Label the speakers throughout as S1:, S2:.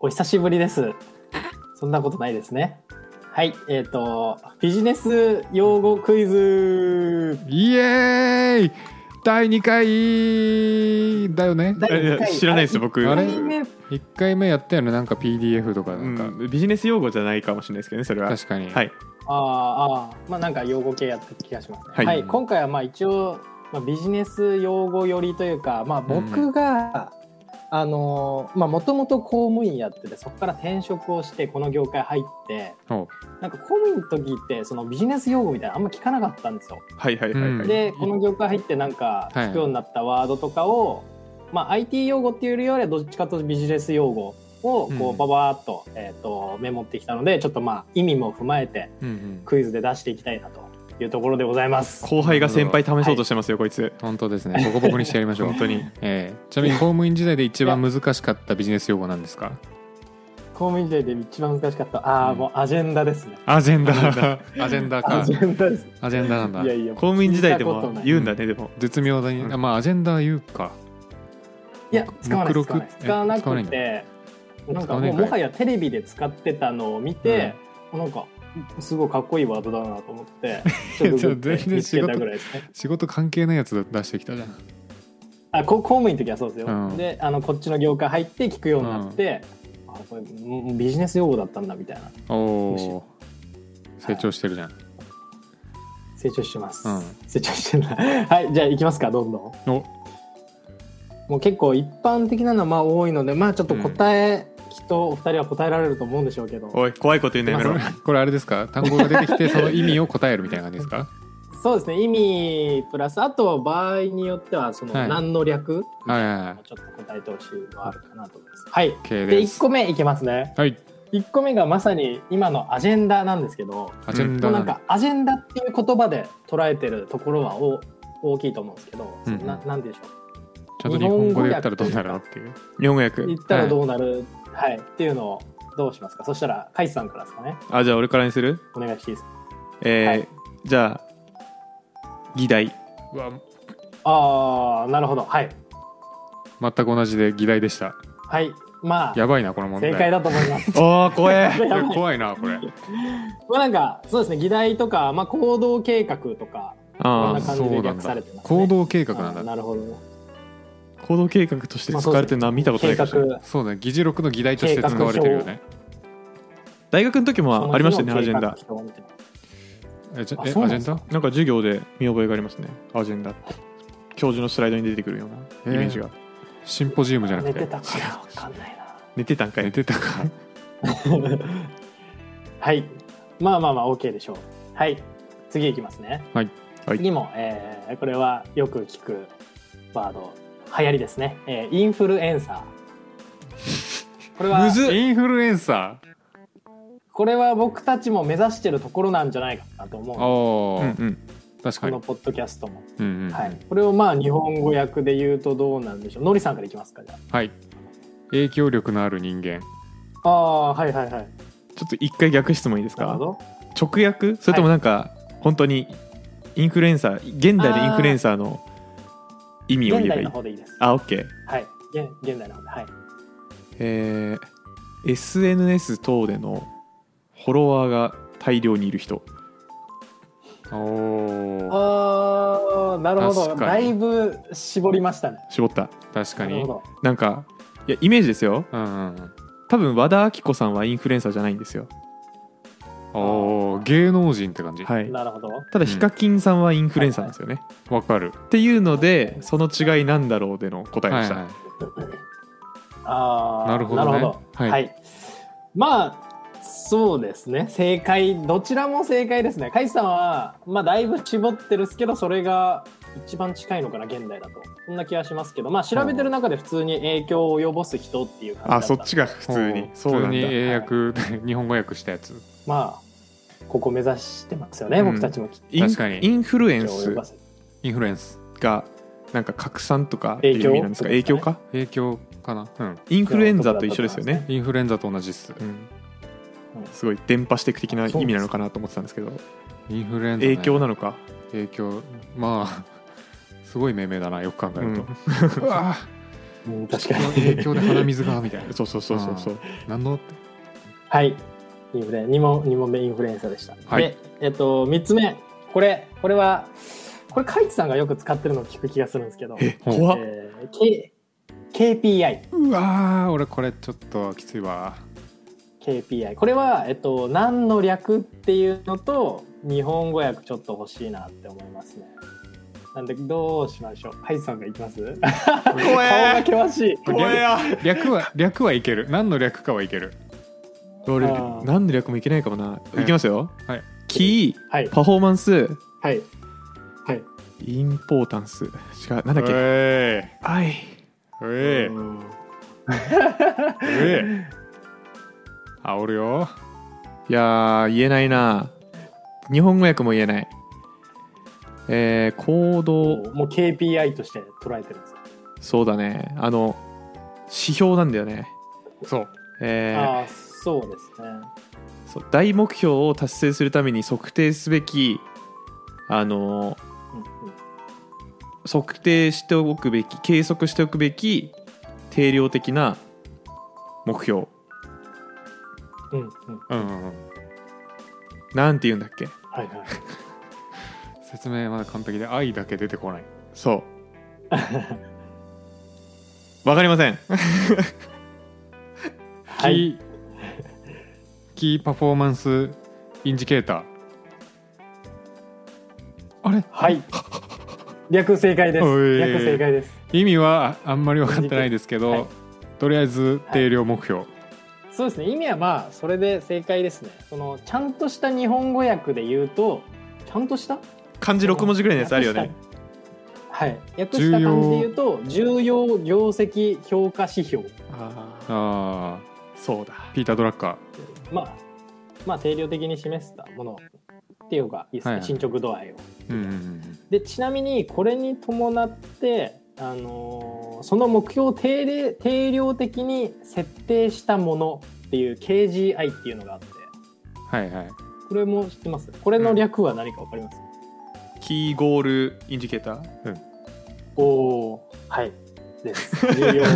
S1: お久しぶりです。そんなことないですね。はい、えっ、と、ビジネス用語クイズ。
S2: イエーイ第2回だよね
S1: 第
S3: いや
S1: 1
S3: いや
S1: 回
S3: 知らないです僕
S2: あれ
S1: 一回目
S2: 1回目やったよねなんか PDF とか
S3: う
S2: なんか、
S3: ん、ビジネス用語じゃないかもしれないですけどねそれは
S2: 確かに、
S3: はい
S1: あーあー、まあなんか用語系やった気がしますね。は、
S3: はいい
S1: 今回はまあ一応、まあ、ビジネス用語寄りというか、まあ僕が、あのーまあもともと公務員やっててそこから転職をしてこの業界入って
S2: ほ
S1: なんか公務員の時ってそのビジネス用語みたいなのあんま聞かなかったんですよ。
S3: はいはいはいはい、
S2: うん
S1: でこの業界入ってなんか
S2: はい
S1: 聞くようになったワードとかを、まあ、IT 用語っていうよりはどっちかというとビジネス用語をこ
S2: う
S1: うんババーっと,、えー、とメモってきたのでちょっとまあ意味も踏まえて
S2: う、うんうん、
S1: クイズで出していきたいなというところでございます。
S3: 後輩が先輩試そうとしてますよ、こいつ
S2: 本当ですねボコボコにしてやりましょう
S3: 本当に
S2: ええちなみに公務員時代で一番難しかったビジネス用語なんですか
S1: 公務員時代で一番難しかったああ、
S2: うん
S1: もうアジェンダですね。
S3: アジェン
S2: アジェン
S3: ダ
S2: ダアジェンダ
S1: ア
S2: か
S1: ジェンダです。
S2: アジェンダなんだ
S1: いやいや
S3: 公務員時代で
S1: 聞いたこと
S3: も
S1: ない
S3: 言うんだねでも
S2: 絶妙だに、
S3: うん
S2: あまあアジェンダは言うか
S1: いや使わない
S2: 目
S1: 使わない
S2: 録
S1: 使わな
S2: え使わない
S1: く
S2: ん
S1: てなん
S2: 使
S1: か
S2: わ
S1: も
S2: な
S1: う
S2: いんかい
S1: もはやテレビで使ってたのを見て、なんかすごいかっこいいワードだなと思って ちょっとググっ
S2: 全
S1: て
S2: 然
S1: 見つ
S2: 仕
S1: け
S2: 事
S1: たぐらいですね
S2: 仕事関係ないやつ出してきたじゃん
S1: あこ公務員の時はそうですよ、
S2: うん
S1: であのこっちの業界入って聞くようになって、あこれんビジネス用語だったんだみたいな
S2: お
S1: むしろ
S2: お成長してるじゃん、
S1: 成長してます、
S2: うん
S1: 成長してない はいじゃあ行きますかどんどん
S2: お
S1: もう結構一般的なのはまあ多いのでまあちょっと答え、きっとお二人は答えられると思うんでしょうけど
S3: おい怖いこと言うのやめろ
S2: これあれですか単語が出てきてその意味を答えるみたいな感じですか
S1: そうですね意味プラスあとは場合によってはその
S2: はい
S1: 何の略、
S2: はいはいはい
S1: ちょっと答えてほしいのはあるかなと思いますはい
S2: OK
S1: で
S2: です
S1: 1個目いけますね
S2: はい
S1: 1個目がまさに今のアジェンダなんですけど
S2: アジェン
S1: も
S2: ダ
S1: う
S2: な
S1: なん
S2: んだ
S1: かアジェンダっていう言葉で捉えてるところはお大きいと思うんですけど、
S2: うんうん
S1: ななんでしょ
S2: ちゃんと日本語で言ったらどうなるのっていう
S3: 日本語
S1: う
S3: 訳
S1: 言ったらどうなる、はいっていうのをどうしますかそしたらカイスさんからですかね
S3: あじゃあ俺からにする
S1: お願いしていいですか
S3: えー
S1: はい
S3: じゃあ議題
S2: うわ
S1: ああなるほどはい
S2: 全く同じで議題でした
S1: はいまあ
S2: やばいなこの問題
S1: 正解だと思います
S3: おお怖え
S2: これ怖いなこれ
S1: まあなんかそうですね議題とか、まあ、行動計画とかこん
S3: あ
S1: な
S3: あ
S1: 感じで略されてますね
S2: 行動計画なん
S1: あー
S2: だ
S1: なるほど
S3: 行動計画として使われてるのは見たことな
S1: 計
S3: いか
S1: 画
S3: もしれない
S2: そうだね議事録の議題として使われてるよね
S3: 大学の時もありましたよね
S1: その
S3: ア
S1: 日
S3: ジェ
S1: の
S3: ンダ
S1: 計画表みたいな
S2: えじゃ
S1: あ
S2: え
S1: そう
S2: ア
S1: な
S2: ジ
S1: んで
S2: ェン
S1: すか
S2: ダ
S3: なんか授業で見覚えがありますねアジェンダ教授のスライドに出てくるようなイメージが、
S2: シンポジウムじゃなく
S1: 寝て
S2: て
S1: たからわかんないな
S3: 寝てたんか
S2: 寝
S3: い
S2: てたか
S1: はい。まあまあまあ OK でしょう。はい。次いきますね。
S2: はい。
S3: はい
S1: 次も、えーこれはよく聞くワード、流行りですね。えーインフルエンサー。 これは
S2: む、ずインフルエンサ
S1: これは僕たちも目指してるところなんじゃないかなと
S2: ー
S1: 思う。
S2: おお、
S3: うんうん
S2: 確
S1: こ
S2: かに
S1: のポッドキャストも。
S2: うんうん
S1: はい。これをまあ日本語訳で言うとどうなんでしょう。のりさんからいきますか、じゃ
S2: はい影響力のある人間
S1: あ。ああー、はいはいはい。
S3: ちょっと一回逆質問いいです
S1: なる
S3: か
S1: ほど。
S3: 直訳それともなんか本当にインフルエンサー現代のインフルエンサーの意味を言
S1: 現
S3: えば
S1: 代
S3: いい
S1: の方でいいです。
S3: あ OK
S1: はい。現現代の方で。はい。
S3: えー、SNS 等でのフォロワーが大量にいる人
S2: おお
S1: ああ、なるほど。
S2: 確かに
S1: だいぶ絞りましたね。
S3: 絞った
S2: 確か
S1: な
S2: に
S1: るほど。
S3: なんかいやイメージですよ
S2: うんうんうん
S3: 多分和田アキ子さんはインフルエンサーじゃないんですよ
S2: おー芸能人って感じ
S3: はい
S1: なるほど。
S3: ただヒカキンさんはインフルエンサーなんですよね、
S2: わかる
S3: っていうのでその違いなんだろうでの答えでした、
S2: はいはい
S1: ああ、
S2: なるほどね
S1: は、
S2: はいい
S1: まあ、そうですね。正解、どちらも正解ですね。カイさんは、まあ、だいぶ絞ってるっすけど、それが一番近いのかな、現代だと。そんな気がしますけど、まあ、調べてる中で普通に影響を及ぼす人っていう感じだ
S3: あ
S1: た
S3: そっちが普通に
S2: おー
S3: そう
S2: 普通
S3: なん
S2: に
S3: だ
S2: 英訳 日本語訳したやつ
S1: まあ、ここ目指してますよね、
S3: うん
S1: 僕たちもきっ
S3: イン
S2: 確かに
S3: インフルエン
S1: と及
S3: ス
S1: ぼす。
S2: インフルエンス
S3: がなんか拡散とかっていう意味なんですか
S1: 影
S3: 影
S1: 響
S3: 響か
S2: 影響かなうん
S3: インフルエンザと一緒ですよね、
S2: インフルエンザと同じっす
S3: うん
S1: うん、
S3: すごい伝播していく的な意味なのかなと思ってたんですけど
S2: インフルエンザ、ね、
S3: 影響なのか
S2: 影響まあすごい命名だなよく考えると、うわ
S1: うん、確かに。
S2: 影響で鼻水がみたいな
S3: そうそうそうそうそう
S2: 何の
S1: はい。インフレ、2問、二問目インフルエンザでした。
S2: はい
S1: で、えっと、3つ目。これ、これは、これ、カイツさんがよく使ってるのを聞く気がするんですけど、え
S3: 怖っ
S1: ー K、KPI。
S2: うわー俺これちょっときついわ
S1: KPI。これは、えっと、何の略っていうのと、日本語訳ちょっと欲しいなって思いますね。なんで、どうしましょう。カイツさんがいきます
S3: 怖
S1: 顔が険しい。
S3: 怖えや
S2: 略は略はいける何の略かはいける
S3: 俺
S1: あー
S3: 何の略もいけないかもな、
S2: うん
S3: いきますよ
S2: はい
S3: キー、
S1: はい
S3: パフォーマンス
S1: はい。はい。
S3: インポータンス違うなんだっ
S2: う
S3: け
S2: え
S3: 愛
S2: ーうえ
S1: う
S2: ー
S1: ん
S2: うえーあおるよ
S3: いやー言えないな日本語訳も言えないえー、行動
S1: もう KPI として捉えてるんですか
S3: そうだねあの指標なんだよね
S2: そう
S3: えー
S1: ああ、そうですね。
S3: そう大目標を達成するために測定すべきあの測定しておくべき計測しておくべき定量的な目標
S1: うんうんうん
S2: うんうんうん
S3: なんて言うんだっけ
S1: はいはい。
S2: 説明まだ完璧で愛だけ出てこない
S3: そうわかりま せん
S1: はい
S2: キーキーパフォーマンスインジケーターあれ
S1: はい。略正解です。
S2: おい
S1: 略正解です。
S2: 意味はああんまり分かってないですけど、
S1: はい
S2: とりあえず定量目標、
S1: そうですね。意味はまあそれで正解ですね。そのちゃんとした日本語訳で言うと、ちゃんとした
S3: 漢字6文字ぐらいのやつあるよね。
S1: はい。訳した感じで言うと、重要業績評価指標。
S3: ああ
S2: ああ
S3: そうだ
S2: ピーター・ドラッカ
S1: まあまあ定量的に示したものっていうかいいですね。
S2: はいはい
S1: 進捗度合いを。
S2: ー、うんうんうん
S1: でちなみにこれに伴って、あのーその目標を定例定量的に設定したものっていう KGI っていうのがあって
S2: うん、はいはい
S1: これも知ってますこれの略は何か分かります、
S3: キーゴールインジケーター
S1: おおーはい です重要目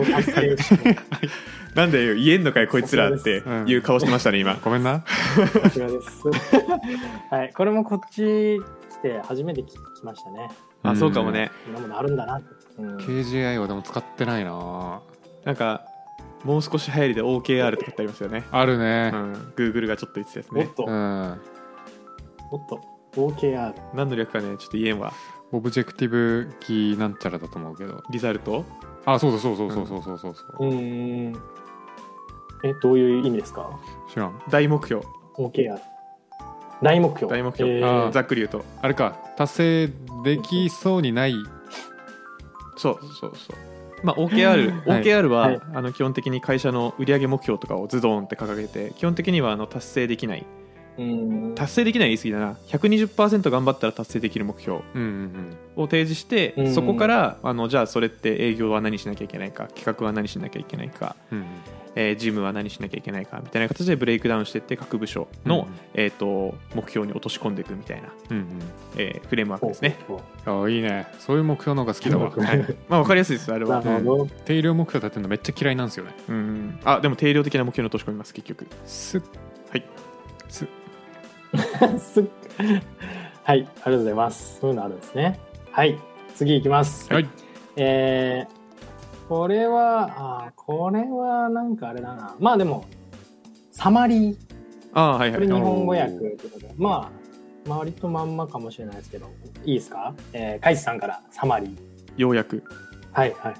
S1: 標達成した
S3: なんだよ言えんのかいこいつらっていう顔してましたね今
S2: ごめんな
S1: こちらですはいこれもこっち来て初めて聞きましたね
S3: あそうかもね
S1: こんなものあるんだなって、うん
S2: KGI はでも使ってないな
S3: なんかもう少し流行りで OKR とかってありますよね
S2: ある
S3: う
S2: ね
S3: ん Google がちょっと言ってたやつ
S1: も
S3: ね
S1: っと、
S2: うん、
S1: もっと OKR
S3: 何の略かねちょっと言えんわ
S2: オブジェクティブキーなんちゃらだと思うけど
S3: リザルト
S2: あそうだそうそうそうそうそうそうそう、
S1: うーんえどういう意味ですか
S2: 知らん
S3: 大目標
S1: OKR 大目標
S3: 大目標、
S1: えー
S2: あ
S3: ざっくり言うと
S2: あれか達成できそうにない
S3: そうそうそうまあ OKR、
S2: はい
S3: OKR は、
S1: はい
S3: あの基本的に会社の売上目標とかをズドンって掲げて基本的にはあの達成できないう
S1: ーん
S3: 達成できないは言い過ぎだな120%頑張ったら達成できる目標
S2: うんうん
S3: を提示して、
S1: うん
S3: そこからあのじゃあそれって営業は何しなきゃいけないか企画は何しなきゃいけないか、
S2: うんうん
S3: えー、ジムは何しなきゃいけないかみたいな形でブレイクダウンしていって各部署の、
S2: うん
S3: えー、と目標に落とし込んでいくみたいな、
S2: うん
S3: えーフレームワークですね、
S1: ほう
S2: うんあいいねそういう目標の方が好きだわ
S1: ほう
S3: はいまあ分かりやすいですあれ
S1: な
S3: は、
S1: るほど
S2: 定量目標立てるのめっちゃ嫌いなんですよね
S3: うん、あでも定量的な目標に落とし込みます結局
S2: す
S3: はい
S2: す
S1: すっはいありがとうございますそういうのあるんですねはい次いきます、
S2: はい
S1: えーこれはあーこれはなんかあれだなまあでもサマリー
S3: あーはい
S1: こ
S3: は
S1: れ
S3: い
S1: 日本語訳ってことでまあ周りとまんまかもしれないですけどいいですか、えー、カイスさんからサマリー
S3: ようやく
S1: はいはい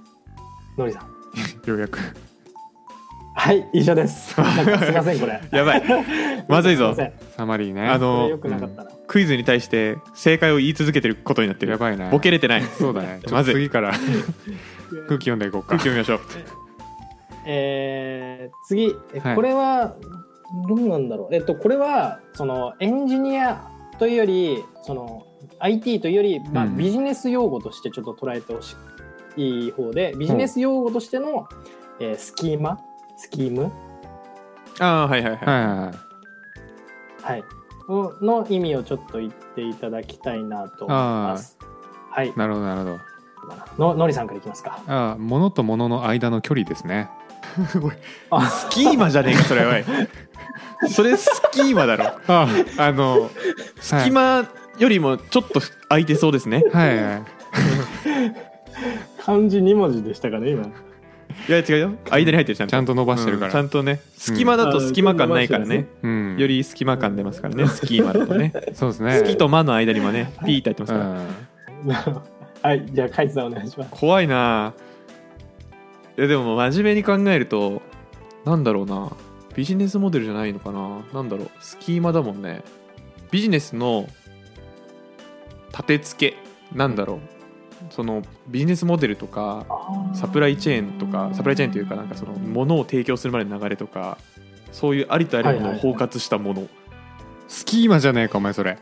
S1: のりさん
S3: ようやく
S1: はい、以上 です。なんかすいません、これ。
S3: やばいまずいぞ
S1: すません
S2: サマリーね
S3: あ
S1: こ
S3: の
S1: れ良くなかったな。
S3: クイズに対して正解を言い続けてることになってる
S2: やばいね
S3: ボケれてない
S2: そうだね
S3: ま
S2: ま
S3: ず
S2: ず
S3: い
S2: 次から空気読んでいこうか
S3: 空気読みましょう
S1: えー次、え
S2: はい
S1: これは、どうなんだろう。えっと、これは、その、エンジニアというより、その、IT というより、まあ、
S2: うん
S1: ビジネス用語としてちょっと捉えてほしい方で、ビジネス用語としての、えースキーマ、スキーム、
S3: ああーはいは
S2: はい
S3: いはい、
S2: はいはい
S1: はい、をの意味をちょっと言っていただきたいなと思います。はい。
S2: なるほどなるほど
S1: うかなののりさんからいきますか
S2: ああ物と物の間の距離ですね
S3: スキーマじゃねえかそれはおいそれスキーマだろ
S2: あああの
S3: 隙間よりもちょっと空いてそうですね
S2: はいはいはい
S1: 漢字2文字でしたかね今
S3: いや違うよ間に入ってるちゃんと
S2: ちゃんと伸ばしてるから
S3: うんちゃんとね隙間だと隙間感ないからね、
S2: うん
S3: より隙間感出ますからねスキーマだとね
S2: そうですね
S3: スキと間の間にもねピーって入ってます
S2: う
S3: から、
S2: ん
S1: はいじゃあカイツさんお願いします
S3: 怖いなあいやでも真面目に考えるとなんだろうなビジネスモデルじゃないのかななんだろうスキーマだもんねビジネスの立て付けなんだろうそのビジネスモデルとかサプライチェーンとかサプライチェーンというかなんかその物を提供するまでの流れとかそういうありとあらゆるものを包括したもの、 い
S2: スキーマじゃねえかお前それ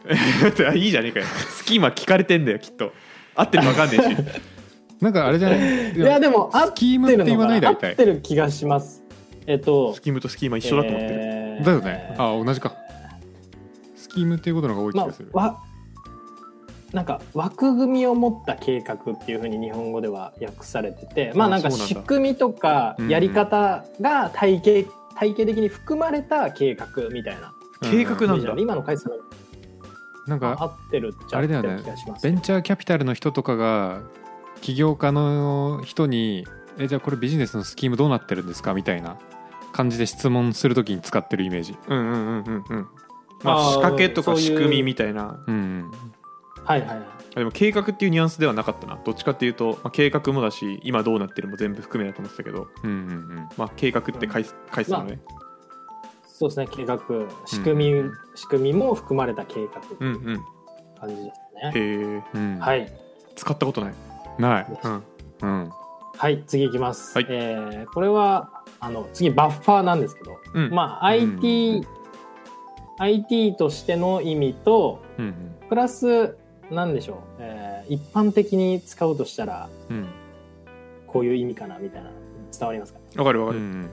S3: い、いじゃねえかよスキーマ聞かれてんだよきっと合ってるか分かんね えし
S2: なんかあれじゃない
S1: いやでも合
S2: ス
S1: っ
S2: キーマってて
S1: る
S2: 言
S1: の
S2: わ
S1: か
S2: ない
S1: な合
S2: 大
S1: っ
S2: 体
S1: てる気がしますえっと
S3: スキームとスキーマ一緒だと思ってる、
S1: えー
S2: だよねああ同じかスキームっていうことの方が多い気
S1: ま
S2: がする、
S1: あ、わなんか枠組みを持った計画っていうふうに日本語では訳されててまあ
S3: あ
S1: なんか
S3: そうなん
S1: 仕
S3: だ
S1: 組みとか
S2: うんうん
S1: やり方が体系体系的に含まれた計画みたいな
S3: 計画
S1: イ
S3: な
S1: メー
S3: ん
S1: ジ
S3: だ
S1: なんで今の解説の
S2: なんか
S1: 合ってるっちゃ
S2: あ
S1: 合
S2: れ
S1: って
S2: だよね
S1: る気がします、
S2: ベンチャーキャピタルの人とかが起業家の人に「えじゃあこれビジネスのスキームどうなってるんですか?」みたいな感じで質問するときに使ってるイメージ。
S3: うんうんうんうんうんまあ
S1: あー
S3: 仕掛けと
S1: そう
S3: か
S1: いう
S3: 仕組みみたいな
S2: うんうん、
S1: はいはいはい
S3: でも計画っていうニュアンスではなかったなどっちかっていうと、まあ、計画もだし今どうなってるも全部含めだと思ってたけど、
S2: うんうん
S3: まあ、計画って返す返すのね、
S1: そうですね計画仕組み、
S2: うん
S1: 仕組みも含まれた計画って
S3: うんうん
S1: 感じですね、
S3: へえ
S2: うんうん
S1: はい
S3: 使ったことない、
S2: ない、
S3: うん、
S2: うん、
S1: はい次いきます、
S3: はい
S1: えーこれはあの次バッファーなんですけど
S3: うん
S1: まあ、
S2: うん
S1: IT、IT としての意味と
S2: うんうん
S1: プラスなんでしょう、えー一般的に使うとしたら
S2: うん
S1: こういう意味かなみたいな伝わりますかね
S3: わかるわ
S2: う
S3: かる、
S2: ん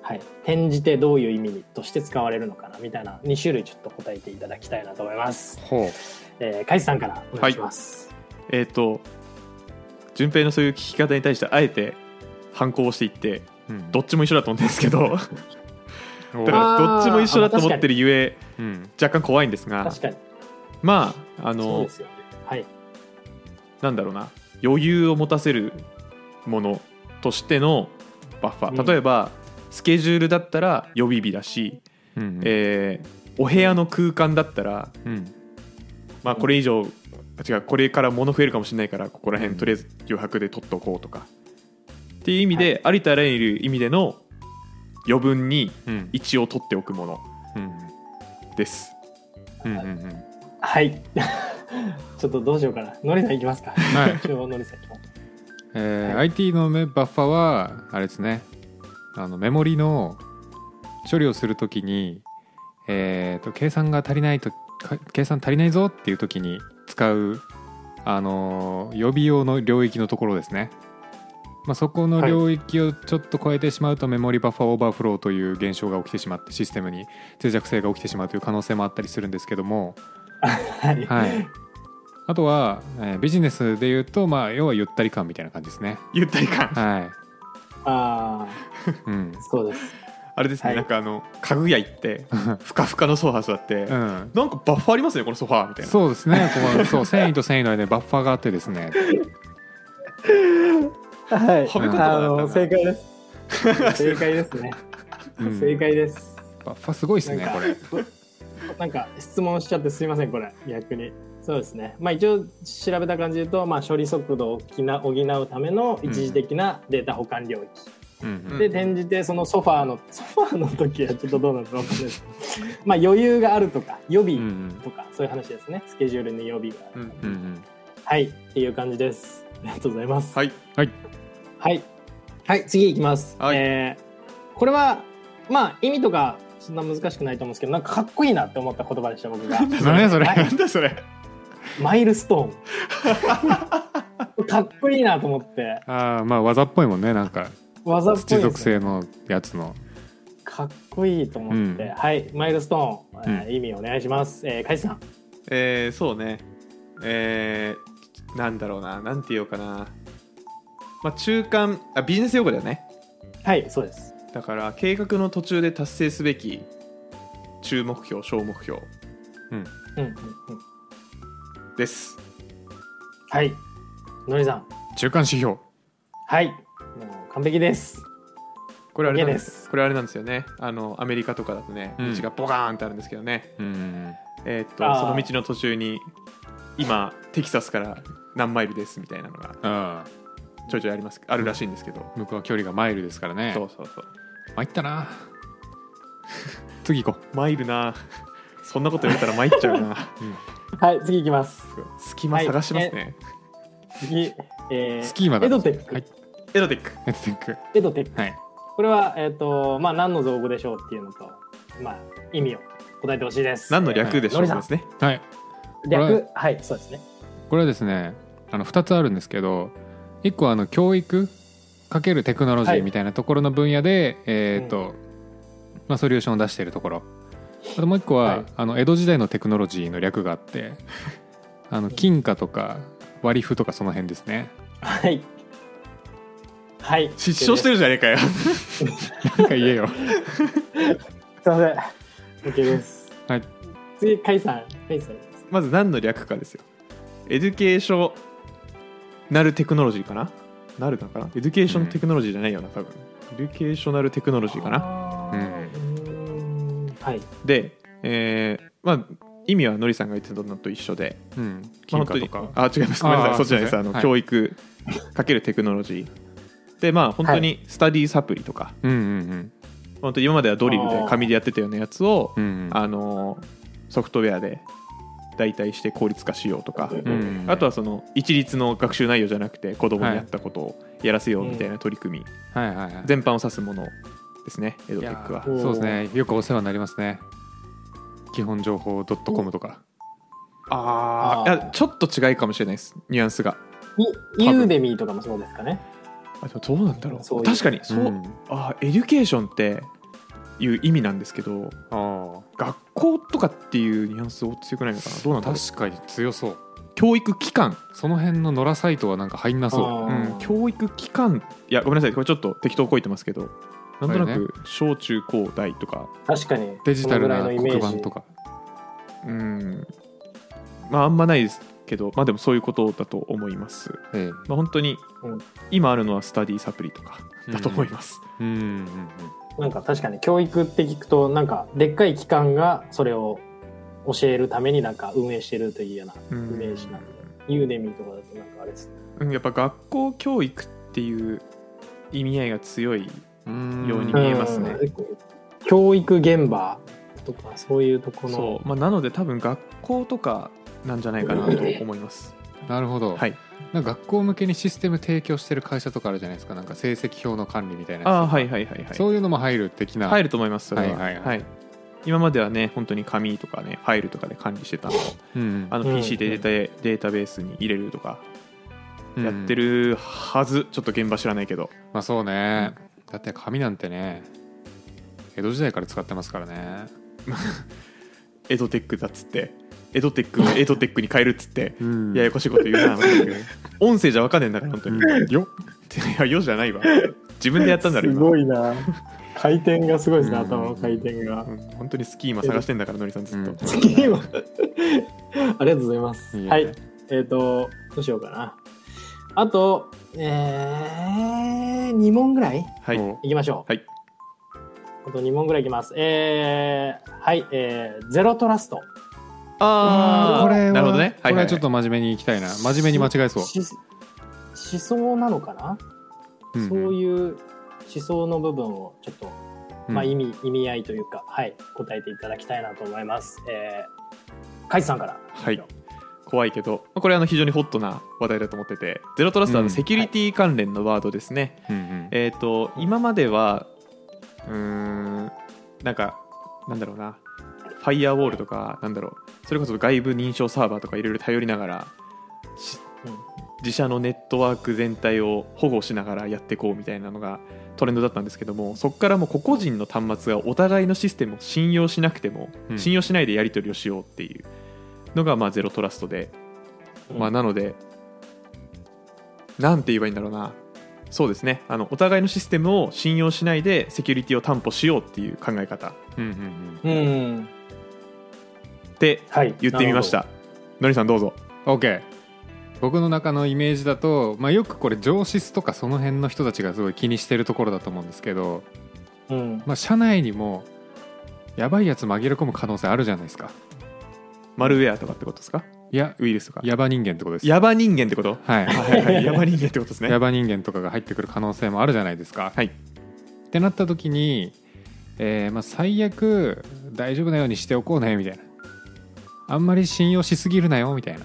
S1: はい転じてどういう意味として使われるのかなみたいな2種類ちょっと答えていただきたいなと思います
S2: ほ
S1: えー、カイさんからお願いします、
S3: えっ、と順平のそういう聞き方に対してあえて反抗をしていって
S2: う、うん
S3: どっちも一緒だと思うんです けどだから
S1: あー
S3: どっちも一緒だと思ってるゆえ
S2: うん
S3: 若干怖いんですが
S1: 確かに
S3: まああ
S1: そう
S3: の
S1: ですよねはい
S3: なんだろうな余裕を持たせるものとしてのバッファ
S1: うん
S3: ー例えば、スケジュールだったら予備日だし、
S2: うん
S3: えーお部屋の空間だったら、
S2: うん
S3: まあ、これ以上あ違うこれから物増えるかもしれないからここら辺とりあえず余白で取っとこうとかっていう意味で、ありとあらゆる意味での余分に
S2: うん
S3: 一応取っておくもの
S2: うん
S3: です
S2: うんうんうん
S1: はい ちょっとどうしようかなのりさんいきますか
S2: はい
S1: 一応のりさんいきます
S2: えー
S1: は
S2: IT のメバッファはあれですねあのメモリの処理をするときに、えーと計算が足りないとか計算足りないぞっていうときに使う、あのー予備用の領域のところですね、まあ、そこの
S1: はい
S2: 領域をちょっと超えてしまうと、メモリバッファーオーバーフローという現象が起きてしまってシステムに脆弱性が起きてしまうという可能性もあったりするんですけども、
S1: はい
S2: はい、あとは、えービジネスでいうと、まあ、要はゆったり感みたいな感じですね。
S3: ゆったり感
S2: はい
S1: あ
S2: うん
S1: あそうです
S3: あれですね、
S1: はい
S3: なんかあの家具屋 行ってふかふかのソファー座って、
S2: うん、
S3: なんかバッファーありますねこのソファーみたいな
S2: そうですねここそう繊維と繊維の間にバッファーがあってですね
S1: はい
S3: はめ
S2: 込ん
S1: あ
S2: だ
S3: かな
S1: の正解です。正解ですね。
S2: うん
S1: 正解です。
S2: バッファーすごいですね
S1: なんか
S2: これ
S1: なんか質問しちゃってすいませんこれ逆に。そうですね。まあ一応調べた感じで言うと、まあ処理速度を補な補うための一時的なデータ保管領域。
S2: うん
S1: で転じてそのソファーのソファーの時はちょっとどうなるかわかんないです けど。まあ余裕があるとか予
S2: うんう
S1: 備
S2: ん
S1: とか、そういう話ですね。スケジュールに予備がある。
S3: うん
S2: うんうん
S1: はいっていう感じです。ありがとうございます。
S3: はい
S1: はい。はい、次いきます。
S3: はい
S1: えーこれは、まあ、意味とか、そんな難しくないと思うんですけど、なんかかっこいいなって思った言葉でした、僕 が。
S2: 何やそれ
S1: はい
S3: なんだそれ
S1: マイルストーン。かっこいいなと思って、
S2: ああまあ技っぽいもんねなんか
S1: 技っぽいです
S2: 土
S1: ね
S2: 属性のやつの
S1: かっこいいと思って、
S2: うん
S1: はい、マイルストーン、えー
S2: う
S1: 意味お願いします。えー、カイさん。
S3: えー、そうねえーなんだろうななんて言おうかな、まあ、中間あビジネス用語だよね
S1: はいそうです
S3: だから計画の途中で達成すべき中目標小目標
S1: うんうんうん
S3: です
S1: はいのりさん
S2: 中間指標
S1: はいもう完璧です
S3: これあれなん
S1: いい
S3: で
S1: です
S3: すこれあれなんですよねあのアメリカとかだとね
S2: うん
S3: 道がボカーンってあるんですけどね、
S2: うん
S3: えーっと
S1: あー
S3: その道の途中に今テキサスから何マイルですみたいなのが
S2: ああ
S3: ちょいちょいありますあるらしいんですけど、
S2: 向こうは距離がマイルですからね
S3: そうそうそう
S2: 参った な次行こ
S3: マイルな そんなこと言われたら参っちゃうな
S2: う、うん
S1: はい次いきます
S3: 隙間探してますね、
S1: 次えー
S2: スキーマだ
S1: エドテック、
S2: はい
S3: エドテック
S2: エドテック
S1: エドテック
S2: はい
S1: これはえっ、とまあ何の造語でしょうっていうのとまあ意味を答えてほしいです
S3: 何の略でしょう
S1: えーの
S3: で
S1: り
S3: すね
S1: さ
S2: はい
S1: ん
S2: これ
S1: 略はいそうですね
S2: これはですねあの2つあるんですけど1個はあの教育かけるテクノロジ
S1: はい
S2: ーみたいなところの分野で、えっ、と、まあ、ソリューションを出しているところあともう1個は、
S1: はい
S2: あの江戸時代のテクノロジーの略があって あの金貨とか割り符とかその辺ですね
S1: はいはい
S3: 失笑してるじゃねえかよ
S2: なんか言えよ
S1: すいません OK です
S2: はい
S1: 次カイさんカイさんです
S3: まず何の略かですよエデュケーショナルテクノロジーかななるのかなエデュケーションテクノロジーじゃないよな多分エデュケーショナルテクノロジーかな
S1: な
S2: う
S1: うんーんはい
S3: でえーまあ意味はのりさんが言ってたのと一緒で
S2: うん
S3: ま
S2: 金
S3: あ
S2: 貨とか、
S3: 本当にあ違いますごめんな
S2: あ
S3: さい
S2: ー
S3: そっちじゃないです
S2: すいませ
S3: あ
S2: ん
S3: の、
S2: はい
S3: 教育かけるテクノロジーでまあ本当にスタディサプリとか、
S2: うんうん
S3: 本当に今まではドリル
S1: あ
S3: で
S1: ー
S3: 紙でやってたようなやつを
S2: うんうん
S3: あのソフトウェアで代替して効率化しようとか、
S2: うん
S3: あとはその一律の学習内容じゃなくて子供にやったことをやらせようみたいな取り組み、
S2: はいはいはい
S3: 全般を指すものですねエド
S2: い
S3: テ
S2: や
S3: ックは
S1: ー
S2: そうですねよくお世話になりますね基本情報 .com とか
S3: あ
S1: あ
S3: ー
S1: ー
S3: いやちょっと違いかもしれないですニュアンスが
S1: ユ
S3: 多分
S1: ユーデミーとかもそうですかね
S3: あでもどうなんだろう
S1: そういう
S3: 確かにそう、
S2: ん
S3: あーエデュケーションっていう意味なんですけど
S2: あ
S3: 学校とかっていうニュアンスを強くないのかなどうな
S2: あ
S3: んだろう
S2: 確かに強そう
S3: 教育機関
S2: その辺の野良サイトはなんか入んなそう
S1: あ
S3: う
S1: ー
S3: ん、教育機関いやごめんなさいこれちょっと適当こいてますけどなんとな
S2: はいね
S3: く小中高大とか、
S1: 確かに
S2: デジタルな
S1: そのぐらいのイメ
S2: 黒
S1: ージ
S2: 板とか
S3: うんまああんまないですけどまあでもそういうことだと思います、
S2: え
S3: まあ、本当に
S1: うん
S3: 今あるのはスタディサプリとか
S2: うん
S3: だと思います、
S2: えうんうんうん
S1: なんか確かに教育って聞くとなんかでっかい機関がそれを教えるためになんか運営してるというような
S3: うん
S1: イメージなんで、ユーデミーとかだとなんかあれですね
S3: うんやっぱ学校教育っていう意味合いが強い
S2: うん
S3: ように見えますね
S1: うん結構教育現場とかそういうところの
S3: そう、まあ、なので多分学校とかなんじゃないかなと思います
S2: なるほど、
S3: はい
S2: なんか学校向けにシステム提供してる会社とかあるじゃないですかなんか成績表の管理みたいなやつ
S3: ああはいはいはいはい
S2: そういうのも入る的な
S3: 入ると思いますそれは
S2: はいはいはい
S3: 今まではね本当に紙とかねファイルとかで管理してたのを
S2: うんうん
S3: あの
S1: うん
S3: PC でデータ,、データベースに入れるとか
S2: うん
S3: やってるはず、ちょっと現場知らないけど
S2: まあそうねだって紙なんてね江戸時代から使ってますからね
S3: エドテックだっつってエドテッ クをエドテックに変えるっつって
S2: うん
S3: ややこしいこと言うな 音声じゃわかんねえんだから本当に、い
S2: よ
S3: やよじゃないわ自分でやったんだろ
S1: す
S3: 今
S1: ごい な回転がすごいですね、
S2: うん
S1: 頭の回転が
S3: う、ん本当にスキーマ探してんだからのりさんずっと、
S2: うん
S1: 次は ありがとうございます
S2: いえいえ
S1: はいえっ、とどうしようかなあとえー、2問ぐらい
S3: はい
S2: お
S1: いきましょう。
S3: はい。
S1: あと2問ぐらいいきます。えー、はい、えー、ゼロトラスト。
S3: ああ
S2: これは
S3: なるほどね
S2: これはちょっと
S3: っ
S2: 真面目にいきたいな真面目に間違えそう
S1: し思想なのかな、
S2: うん
S1: そういう思想の部分をちょっと、
S2: うん
S1: まあ意味、意味合いというか、はい、答えていただきたいなと思います。えー、カイツさんから。
S3: はい怖いけどまあこれはあの非常にホットな話題だと思っててゼロトラストはあ
S2: うん
S3: のセキュリティ関連のワードですね、
S2: うんうん
S3: えっ、と今まではうーんなんかなんだろうなファイアウォールとかなんだろうそれこそ外部認証サーバーとかいろいろ頼りながらし
S1: うん
S3: 自社のネットワーク全体を保護しながらやっていこうみたいなのがトレンドだったんですけどもそこからもう個々人の端末がお互いのシステムを信用しなくても、
S2: うん
S3: 信用しないでやり取りをしようっていうのがまあゼロトラストで、
S1: うん
S3: まあ、なのでなんて言えばいいんだろうなそうですねあのお互いのシステムを信用しないでセキュリティを担保しようっていう考え方
S2: うんうん
S1: うん。
S3: で
S1: はい。
S3: 言ってみまし
S1: な
S3: たのりさんどうぞ
S2: うん OK 僕の中のイメージだと、まあ、よくこれ上司とかその辺の人たちがすごい気にしてるところだと思うんですけど、
S1: るほど。うん。
S2: まあ、社内にもやばいやつ紛れ込む可能性あるじゃないですか
S3: マルウェアとかってことですか
S2: いや
S3: ウイルスとか
S2: ヤバ人間ってことです
S3: ヤバ人間ってこと
S2: はい
S3: はいはいヤバ人間ってことですね
S2: ヤバ人間とかが入ってくる可能性もあるじゃないですか。
S3: はい
S2: ってなった時に、えーまあ、最悪大丈夫なようにしておこうねみたいなあんまり信用しすぎるなよみたいな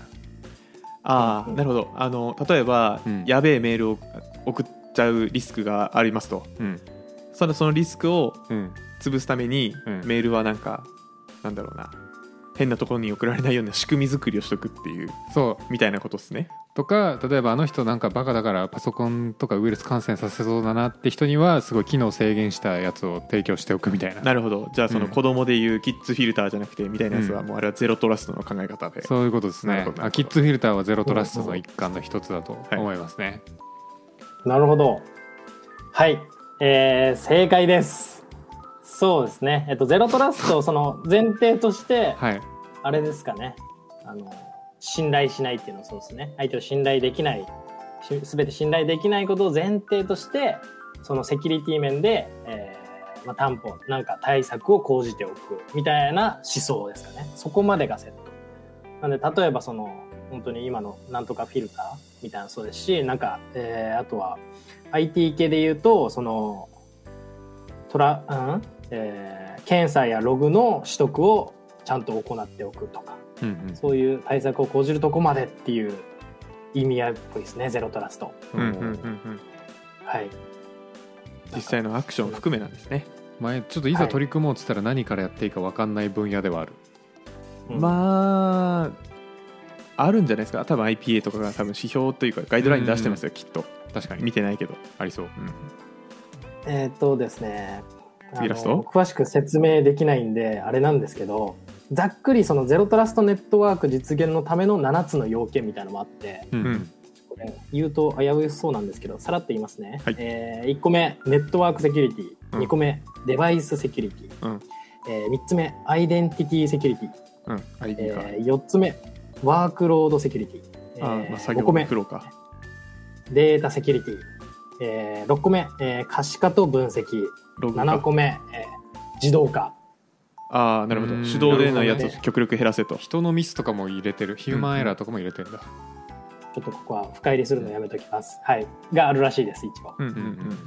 S3: ああなるほどあの例えば、
S2: うん
S3: やべえメールを送っちゃうリスクがありますと
S2: うん
S3: そのそのリスクを
S2: うん
S3: 潰すために、
S2: うん
S3: メールはなんかなんだろうな変なところに送られないような仕組み作りをしとくっていう
S2: そう
S3: みたいなことですね
S2: とか例えばあの人なんかバカだからパソコンとかウイルス感染させそうだなって人にはすごい機能制限したやつを提供しておくみたいな
S3: なるほどじゃあその
S2: うん
S3: 子供でいうキッズフィルターじゃなくてみたいなやつは、
S2: うん
S3: もうあれはゼロトラストの考え方で
S2: そういうことです
S3: なる
S2: ね
S3: ほど
S2: あキッズフィルターはゼロトラストの一環の一つだと思いますね、
S1: なるほど。はい。えー、正解です。そうですね。えっと、ゼロトラストをその前提として、
S2: はい、
S1: あれですかね。あの、信頼しないっていうのはそうですね。相手を信頼できない、すべて信頼できないことを前提として、そのセキュリティ面で、えーまあ、担保、なんか対策を講じておく、みたいな思想ですかね。そこまでがセット。なんで、例えばその、本当に今のなんとかフィルターみたいなのそうですし、なんか、えーあとは、IT 系で言うと、その、トラ、うんえー検査やログの取得をちゃんと行っておくとか
S2: うんうん
S1: そういう対策を講じるとこまでっていう意味合いっぽいですねゼロトラスト
S3: うんうんうんうん
S1: はい
S3: 実際のアクション含めなんですね、
S2: 前ちょっといざ取り組もうっつったら何からやっていいか分かんない分野ではある、
S1: うん
S3: まああるんじゃないですか多分 IPA とかが多分指標というかガイドライン出してますよ、きっと
S2: 確かに
S3: 見てないけど、
S2: ありそう
S1: えーっとですねあ
S3: 次ラスト
S1: の詳しく説明できないんであれなんですけどざっくりそのゼロトラストネットワーク実現のための7つの要件みたいなのもあって
S2: うん
S3: う
S2: うんん
S1: これ言うと危うそうなんですけどさらっと言いますね、
S3: はい
S1: えー1個目ネットワークセキュリティ
S3: うん
S1: 2個目、デバイスセキュリティ、
S3: うん
S1: えー3つ目アイデンティティセキュリティ
S3: うん、ID か、
S1: えー、4つ目ワークロードセキュリティ、え
S3: あ
S1: ー
S3: まあ、作
S1: 5
S3: 業
S1: 個
S3: の
S1: 目
S3: 苦労か
S1: データセキュリティ、えー、6個目、えー可視化と分析
S3: ログか
S1: 7個目、えー自動化
S3: ああなるほど
S2: うん
S3: 手動でのやつ
S1: な
S3: を
S1: るほどね
S3: 極力減らせと
S2: 人のミスとかも入れてるヒューマンエラーとかも入れてるんだ、
S1: ちょっとここは深入りするのやめときます、はいがあるらしいです一応
S3: うんうん
S2: うんう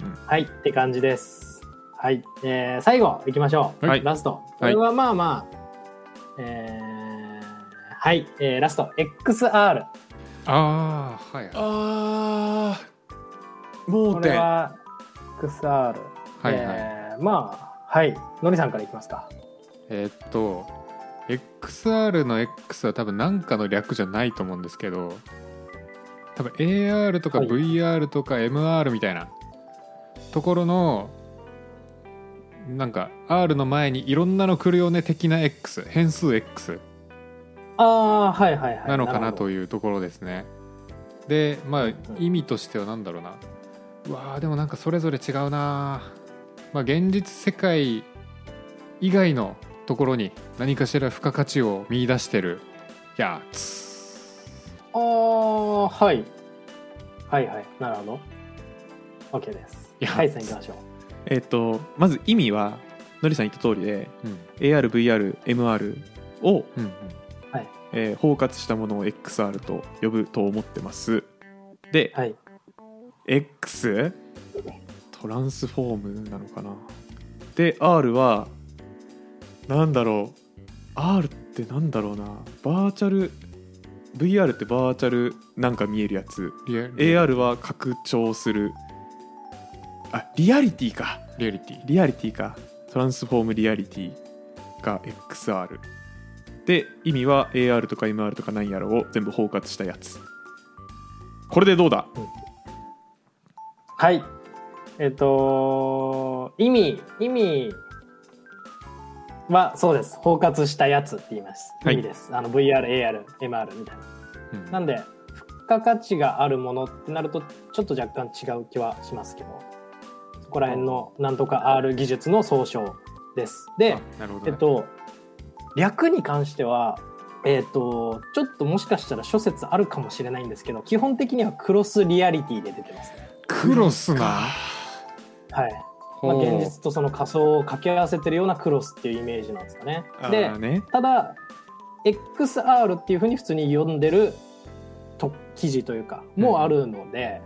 S2: ん
S1: はいって感じですはい、えー最後いきましょう、
S3: はい
S1: ラストこれはまあまあ、えーはい、えーラスト XR
S2: ああはいは
S3: ああ
S1: こ
S3: 盲
S1: れ
S3: 点
S1: は XR
S2: いはい、
S1: えーまあはいのりさんからいきますか
S2: えーっと XR の X は多分何かの略じゃないと思うんですけど多分 AR とか
S1: はい
S2: VR とか MR みたいなところのなんか R の前にいろんなの来るよね的な X 変数 X
S1: ああはいはいはい
S2: なのかな
S1: るほど
S2: というところですね。でまあ意味としては何だろうなうわーでもなんかそれぞれ違うなまあ現実世界以外のところに何かしら付加価値を見出してるやつ
S1: ああはいはいはいなるほど OK です
S2: いや
S1: はいさんいきましょう
S3: えっとまず意味はのりさん言った通りで
S2: うん
S3: ARVRMR を、
S2: うんうん
S3: えー包括したものを XR と呼ぶと思ってますで、
S1: はい
S3: X トランスフォームなのかなで R はなんだろう R ってなんだろうなバーチャル VR ってバーチャルなんか見えるやつ
S2: リアリ
S3: AR は拡張するあリアリティか
S2: リアリティ
S3: リアリティかトランスフォームリアリティが XR で意味は AR とか MR とかなんやらを全部包括したやつこれでどうだ
S1: はいえっ、と意味意味はそうです包括したやつって言います
S3: はい
S1: 意味です、あの VRARMR みたいな
S2: うん
S1: なんで貨価値があるものってなるとちょっと若干違う気はしますけどそこら辺のなんとか R 技術の総称です。で、
S2: あなるほど、
S1: え
S2: ね
S1: っと、略に関しては、えっと、ちょっともしかしたら諸説あるかもしれないんですけど基本的にはクロスリアリティで出てますね。
S2: クロスな
S1: はいまあ、
S2: ほう
S1: 現実とその仮想を掛け合わせてるようなクロスっていうイメージなんですかね。で
S3: あーね
S1: ただ XR っていうふうに普通に読んでると記事というかもあるので、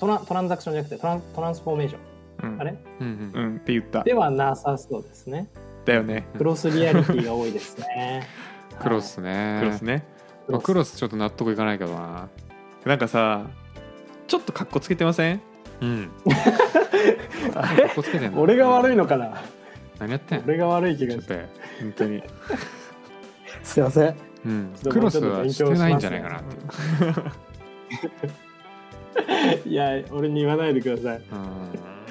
S1: トラントランザクションじゃなくてトラントランスフォーメーション
S3: うん
S1: あれ
S2: うんう。
S3: うんんって言った
S1: ではなさそうですね。
S3: だよね
S1: クロスリアリティが多いですね
S2: クロスね
S3: クロスね
S1: はい。
S2: まあ、クロスちょっと納得いかないけどな
S3: なんかさちょっとかっこつけてません
S2: うん
S1: あ
S2: か
S1: れ
S2: っこつけてんの
S1: 俺が悪いのかな
S2: 何やってん
S1: 俺が悪い気
S2: ち
S1: が
S2: ょっ
S1: し
S2: と、
S3: 本当に
S1: すいません
S2: うん、
S1: ちょっと
S2: ク
S1: も
S2: ロ
S1: うち
S2: ス
S1: ょっと
S2: は
S1: 勉強
S2: し
S1: してますね
S2: ないんじゃないかなっていう、
S1: いや俺に言わないでください、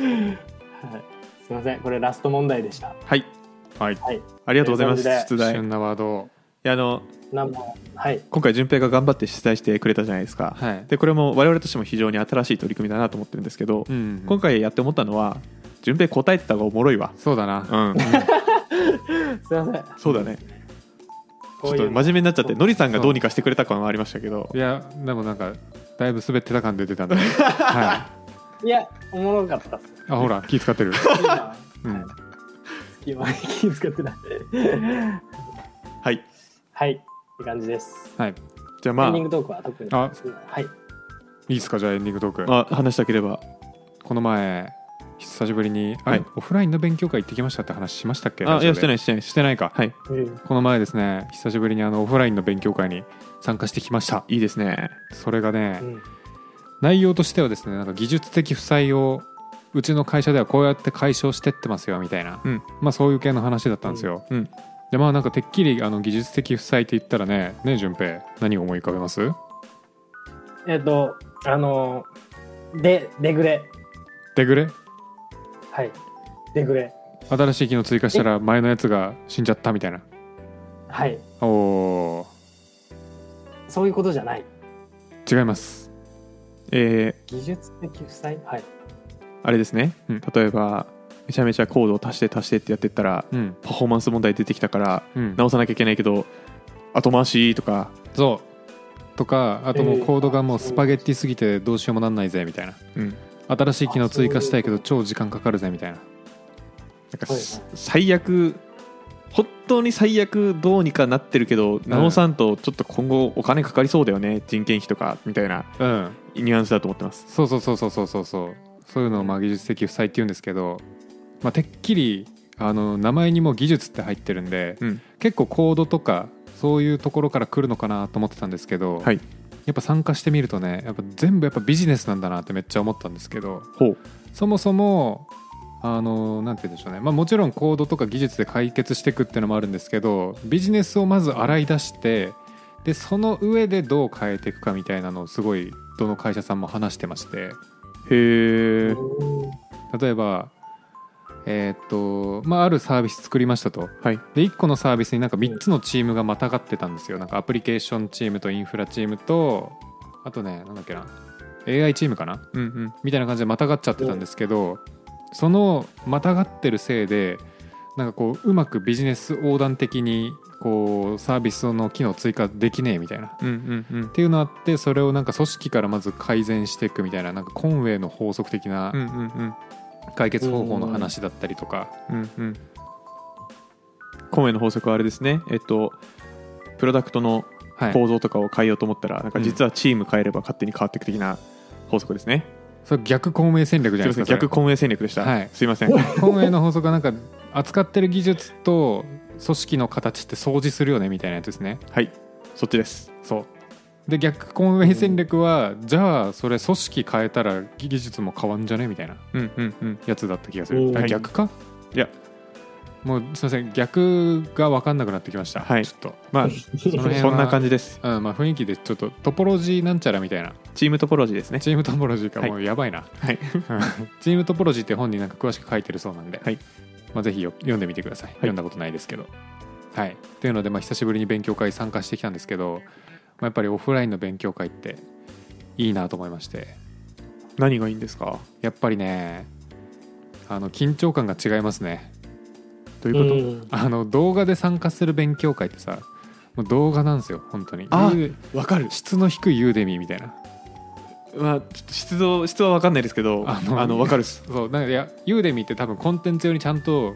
S2: うん、
S1: はい、すいませんこれラスト問題でした
S3: はいはい
S1: はい
S3: ありがとうございます
S1: という感
S3: 出題い
S2: 旬なワード
S3: やあの
S1: 何問はい
S3: 今回順平が頑張って出題してくれたじゃないですか、
S2: はい
S3: でこれも我々としても非常に新しい取り組みだなと思ってるんですけど、
S2: うん
S3: 今回やって思ったのは順平答えてた方がおもろいわ
S2: そうだな、
S3: うん
S1: すいません
S3: そう だねち
S1: こ
S3: ょ
S1: う
S3: っ
S1: いう
S3: と真面目になっちゃって
S1: の
S3: のりさんがどうにかしてくれた感はありましたけど
S2: いやでもなんかだいぶ滑ってた感出てたん で、はい
S1: やおもろかったっす
S2: い、あほら気使ってる、
S1: 今
S2: うん、
S1: 隙間に気遣ってない
S3: はい
S1: はいって感じです、
S2: はい
S3: じゃあま
S1: エ
S3: あ
S1: ンディングトークは特に
S2: あ
S1: はい
S2: いいですかじゃあエンディングトーク
S3: あ話したければ
S2: この前久しぶりにあれ、
S3: はい
S2: オフラインの勉強会行ってきましたって話しましたっけ
S3: あいやしてないいしてないし
S2: してないか
S3: はい
S1: うん
S2: この前ですね久しぶりにあのオフラインの勉強会に参加してきました
S3: いいですね
S2: それがね、
S1: うん
S2: 内容としてはですねなんか技術的負債をうちの会社ではこうやって解消してってますよみたいな、
S3: うん
S2: まあそういう系の話だったんですよ、
S3: うん
S2: でまあなんかてっきりあの技術的負債って言ったらねねえ順平何を思い浮かべます
S1: えっ、とあのでデグレ
S2: デグレ
S1: はいデグレ
S2: 新しい機能追加したら前のやつが死んじゃったみたいな
S1: はい
S2: おお
S1: そういうことじゃない
S2: ー違います
S3: え
S1: 技術的負債はい
S3: ーあれですね、
S2: うん
S3: 例えばめちゃめちゃコードを足して足してってやってったら
S2: うん
S3: パフォーマンス問題出てきたから
S2: うん
S3: 直さなきゃいけないけど後回しとか
S2: そうとかあともうコードがもうスパゲッティすぎてどうしようもなんないぜみたいな
S3: うん
S2: 新しい機能追加したいけど超時間かかるぜみたいな
S3: なんか
S1: はい
S3: す最悪本当に最悪どうにかなってるけど直さんとちょっと今後お金かかりそうだよね人件費とかみたいな
S2: うん
S3: ニュアンスだと思ってます
S2: そうそうそうそうそうそうそうそういうのをまあ技術的負債って言うんですけど、まあ、てっきりあの名前にも技術って入ってるんで、
S3: うん
S2: 結構コードとかそういうところから来るのかなと思ってたんですけど、
S3: はい
S2: やっぱ参加してみるとねやっぱ全部やっぱビジネスなんだなってめっちゃ思ったんですけど
S3: ほう
S2: そもそもあのなんて言うんでしょうね、まあ、もちろんコードとか技術で解決していくっていうのもあるんですけどビジネスをまず洗い出してでその上でどう変えていくかみたいなのをすごいどの会社さんも話してまして。
S3: へえ
S1: うん
S2: 例えばえーっとまああるサービス作りましたと
S3: はい
S2: で1個のサービスになんか3つのチームがまたがってたんですよなんかアプリケーションチームとインフラチームとあとねなんだっけな AI チームかな
S3: うんうん
S2: みたいな感じでまたがっちゃってたんですけどそのまたがってるせいでなんかこううまくビジネス横断的にこうサービスの機能追加できねえみたいな
S3: うんうんうん
S2: っていうのあってそれをなんか組織からまず改善していくみたいななんかコンウェイの法則的な、
S3: うんうんうん
S2: 解決方法の話だったりとか、
S3: うんうんコンウェイの法則はあれですねえっとプロダクトの
S2: はい、
S3: 構造とかを変えようと思ったら、なんか実はチーム変えれば勝手に変わっていく的な法則ですね、
S2: それ逆公明戦略じゃ
S3: す
S2: な
S3: いま
S2: いですか
S3: せん逆コンウェイ戦略でした、
S2: はい
S3: すいません
S2: それ公明の法則はなんか扱ってる技術と組織の形って掃除するよねみたいなやつですね
S3: はいそっちです
S2: そうで逆公明戦略は、じゃあそれ組織変えたら技術も変わんじゃねみたいな
S3: うんうんうん
S2: やつだった気がす
S1: う
S2: る
S1: ん
S2: だから逆か
S3: いや
S2: もうすいません逆が分かんなくなってきました
S3: はい
S2: ちょっと
S3: まあ
S2: その辺は
S3: そんな感じです
S2: うんまあ、雰囲気でちょっとトポロジーなんちゃらみたいな
S3: チームトポロジーですね
S2: チームトポロジーか
S3: はい
S2: もうやばいな、
S3: はい
S2: チームトポロジーって本になんか詳しく書いてるそうなんで、
S3: はい
S2: まあ、ぜひよ読んでみてください、読んだことないですけど。はい、というので、まあ、久しぶりに勉強会参加してきたんですけど、あ、やっぱりオフラインの勉強会っていいなと思いまして
S3: 何がいいんですか
S2: やっぱりねあの緊張感が違いますね
S3: どういうこと、
S1: うん
S2: あの動画で参加する勉強会ってさもう動画なんですよ本当に
S3: あ
S2: ユー
S3: わかる、
S2: 質の低いユーデミーみたいな
S3: まあ、ちょっと質度質はわかんないですけど
S2: あ
S3: あ
S2: の
S3: のわかるっす
S2: そうなんかいやユーデミーって多分コンテンツ用にちゃんと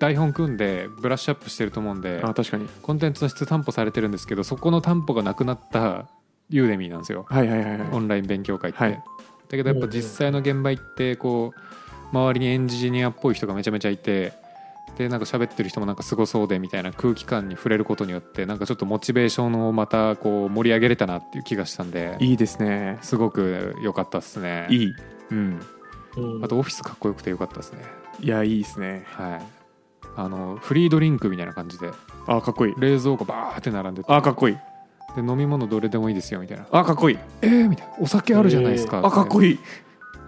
S2: 台本組んでブラッシュアップしてると思うんで
S3: あ確かに
S2: コンテンツの質担保されてるんですけどそこの担保がなくなったユーデミーなんですよ
S3: はいはいはいはい
S2: オンライン勉強会って、
S3: はい
S2: だけどやっぱ実際の現場行ってこう周りにエンジニアっぽい人がめちゃめちゃいてでなんか喋ってる人もなんかすごそうでみたいな空気感に触れることによってなんかちょっとモチベーションをまたこう盛り上げれたなっていう気がしたんで
S3: いいですね
S2: すごく良かったですね
S3: いい
S2: うん、
S1: うん
S2: あとオフィスかっこよくて良かったですね
S3: いやいいですね
S2: はいあのフリードリンクみたいな感じで
S3: あかっこいい
S2: 冷蔵庫バーって並んでて
S3: あかっこいい
S2: で飲み物どれでもいいですよみたいな
S3: あかっこいい
S2: えー、みたいなお酒あるじゃないですか、
S3: あかっこいい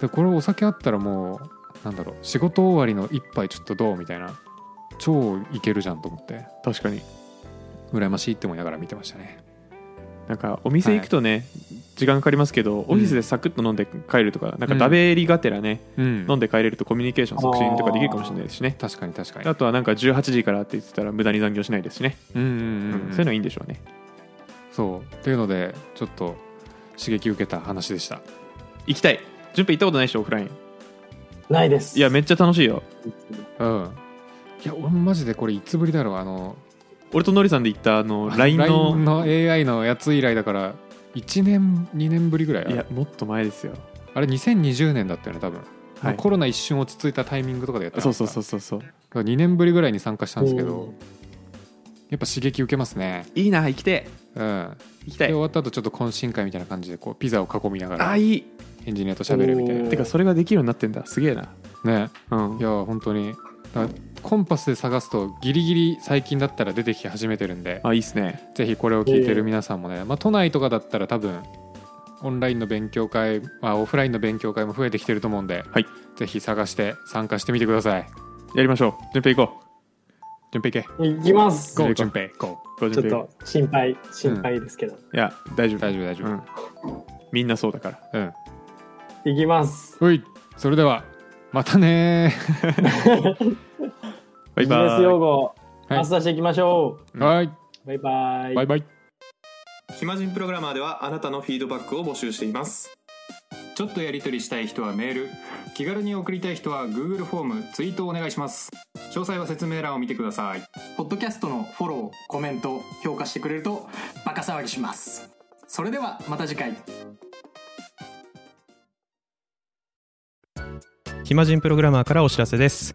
S2: でこれお酒あったらもうなんだろう仕事終わりの一杯ちょっとどうみたいな超いけるじゃんと思って
S3: 確かに
S2: 羨ましいって思いながら見てましたね
S3: なんかお店行くとね、時間かかりますけどオフィスでサクッと飲んで帰るとか、なんか食べりがてらね、
S2: うん
S3: 飲んで帰れるとコミュニケーション促進とかできるかもしれないですしね
S2: 確かに確かに
S3: あとはなんか18時からって言ってたら無駄に残業しないですしね、
S2: うんうんうん、
S3: うん
S2: うん、
S3: そういうのいいんでしょうね
S2: そうっていうのでちょっと刺激受けた話でした
S3: 行きたい順平行ったことないでしょオフライン
S1: ないです
S3: いやめっちゃ楽しいよ
S2: うんいや俺もマジでこれいつぶりだろうあの
S3: 俺とノリさんで行ったあの LINE の
S2: LINE の AI のやつ以来だから1年2年ぶりぐらいあ
S3: いや
S2: る
S3: もっと前ですよ
S2: あれ2020年だったよね多分、
S3: はい
S2: コロナ一瞬落ち着いたタイミングとかでやった
S3: そうそうそううそうそう
S2: 2年ぶりぐらいに参加したんですけ
S1: う
S2: ど
S1: ん
S2: やっぱ刺激受けますね
S3: いいな行きて
S2: うん
S3: 行きた
S2: で
S3: い
S2: 終わった後ちょっと懇親会みたいな感じでこうピザを囲みなが
S3: あ
S2: ら
S3: いい
S2: エンジニアと喋るみたいな
S1: お
S3: てかそれができるようになってんだすげえな
S2: ね
S3: うん
S2: いや本当にだからコンパスで探すとギリギリ最近だったら出てきて始めてるんで
S3: あいいっすね
S2: ぜひこれを聞いてる皆さんもね、まあ、都内とかだったら多分オンラインの勉強会、まあ、オフラインの勉強会も増えてきてると思うんで、
S3: はい
S2: ぜひ探して参加してみてください。
S3: やりましょう順平行こ
S2: 順平行
S1: いきますち
S2: け。GO
S3: 行こう
S2: 順平 GO!
S3: うご
S1: ょっ
S3: 順平行こと
S1: 心配心配ですけど、
S3: ういや大丈夫
S2: 大丈夫大丈夫。
S3: うんみんなそうだから
S2: うん。
S1: いきます
S2: ほいそれではまたね
S3: バイ
S1: ビジネ
S3: バ
S1: ス
S3: イ
S1: 用語
S2: はい
S1: マス出していきましょ
S2: ーはい、
S1: うバイバイ
S2: バイバイ。
S4: 暇人プログラマーではあなたのフィードバックを募集していますちょっとやり取りしたい人はメール気軽に送りたい人は Google フォームツイートをお願いします詳細は説明欄を見てくださいポッドキャストのフォローコメント評価してくれるとバカ騒ぎしますそれではまた次回
S5: 暇人プログラマーからお知らせです。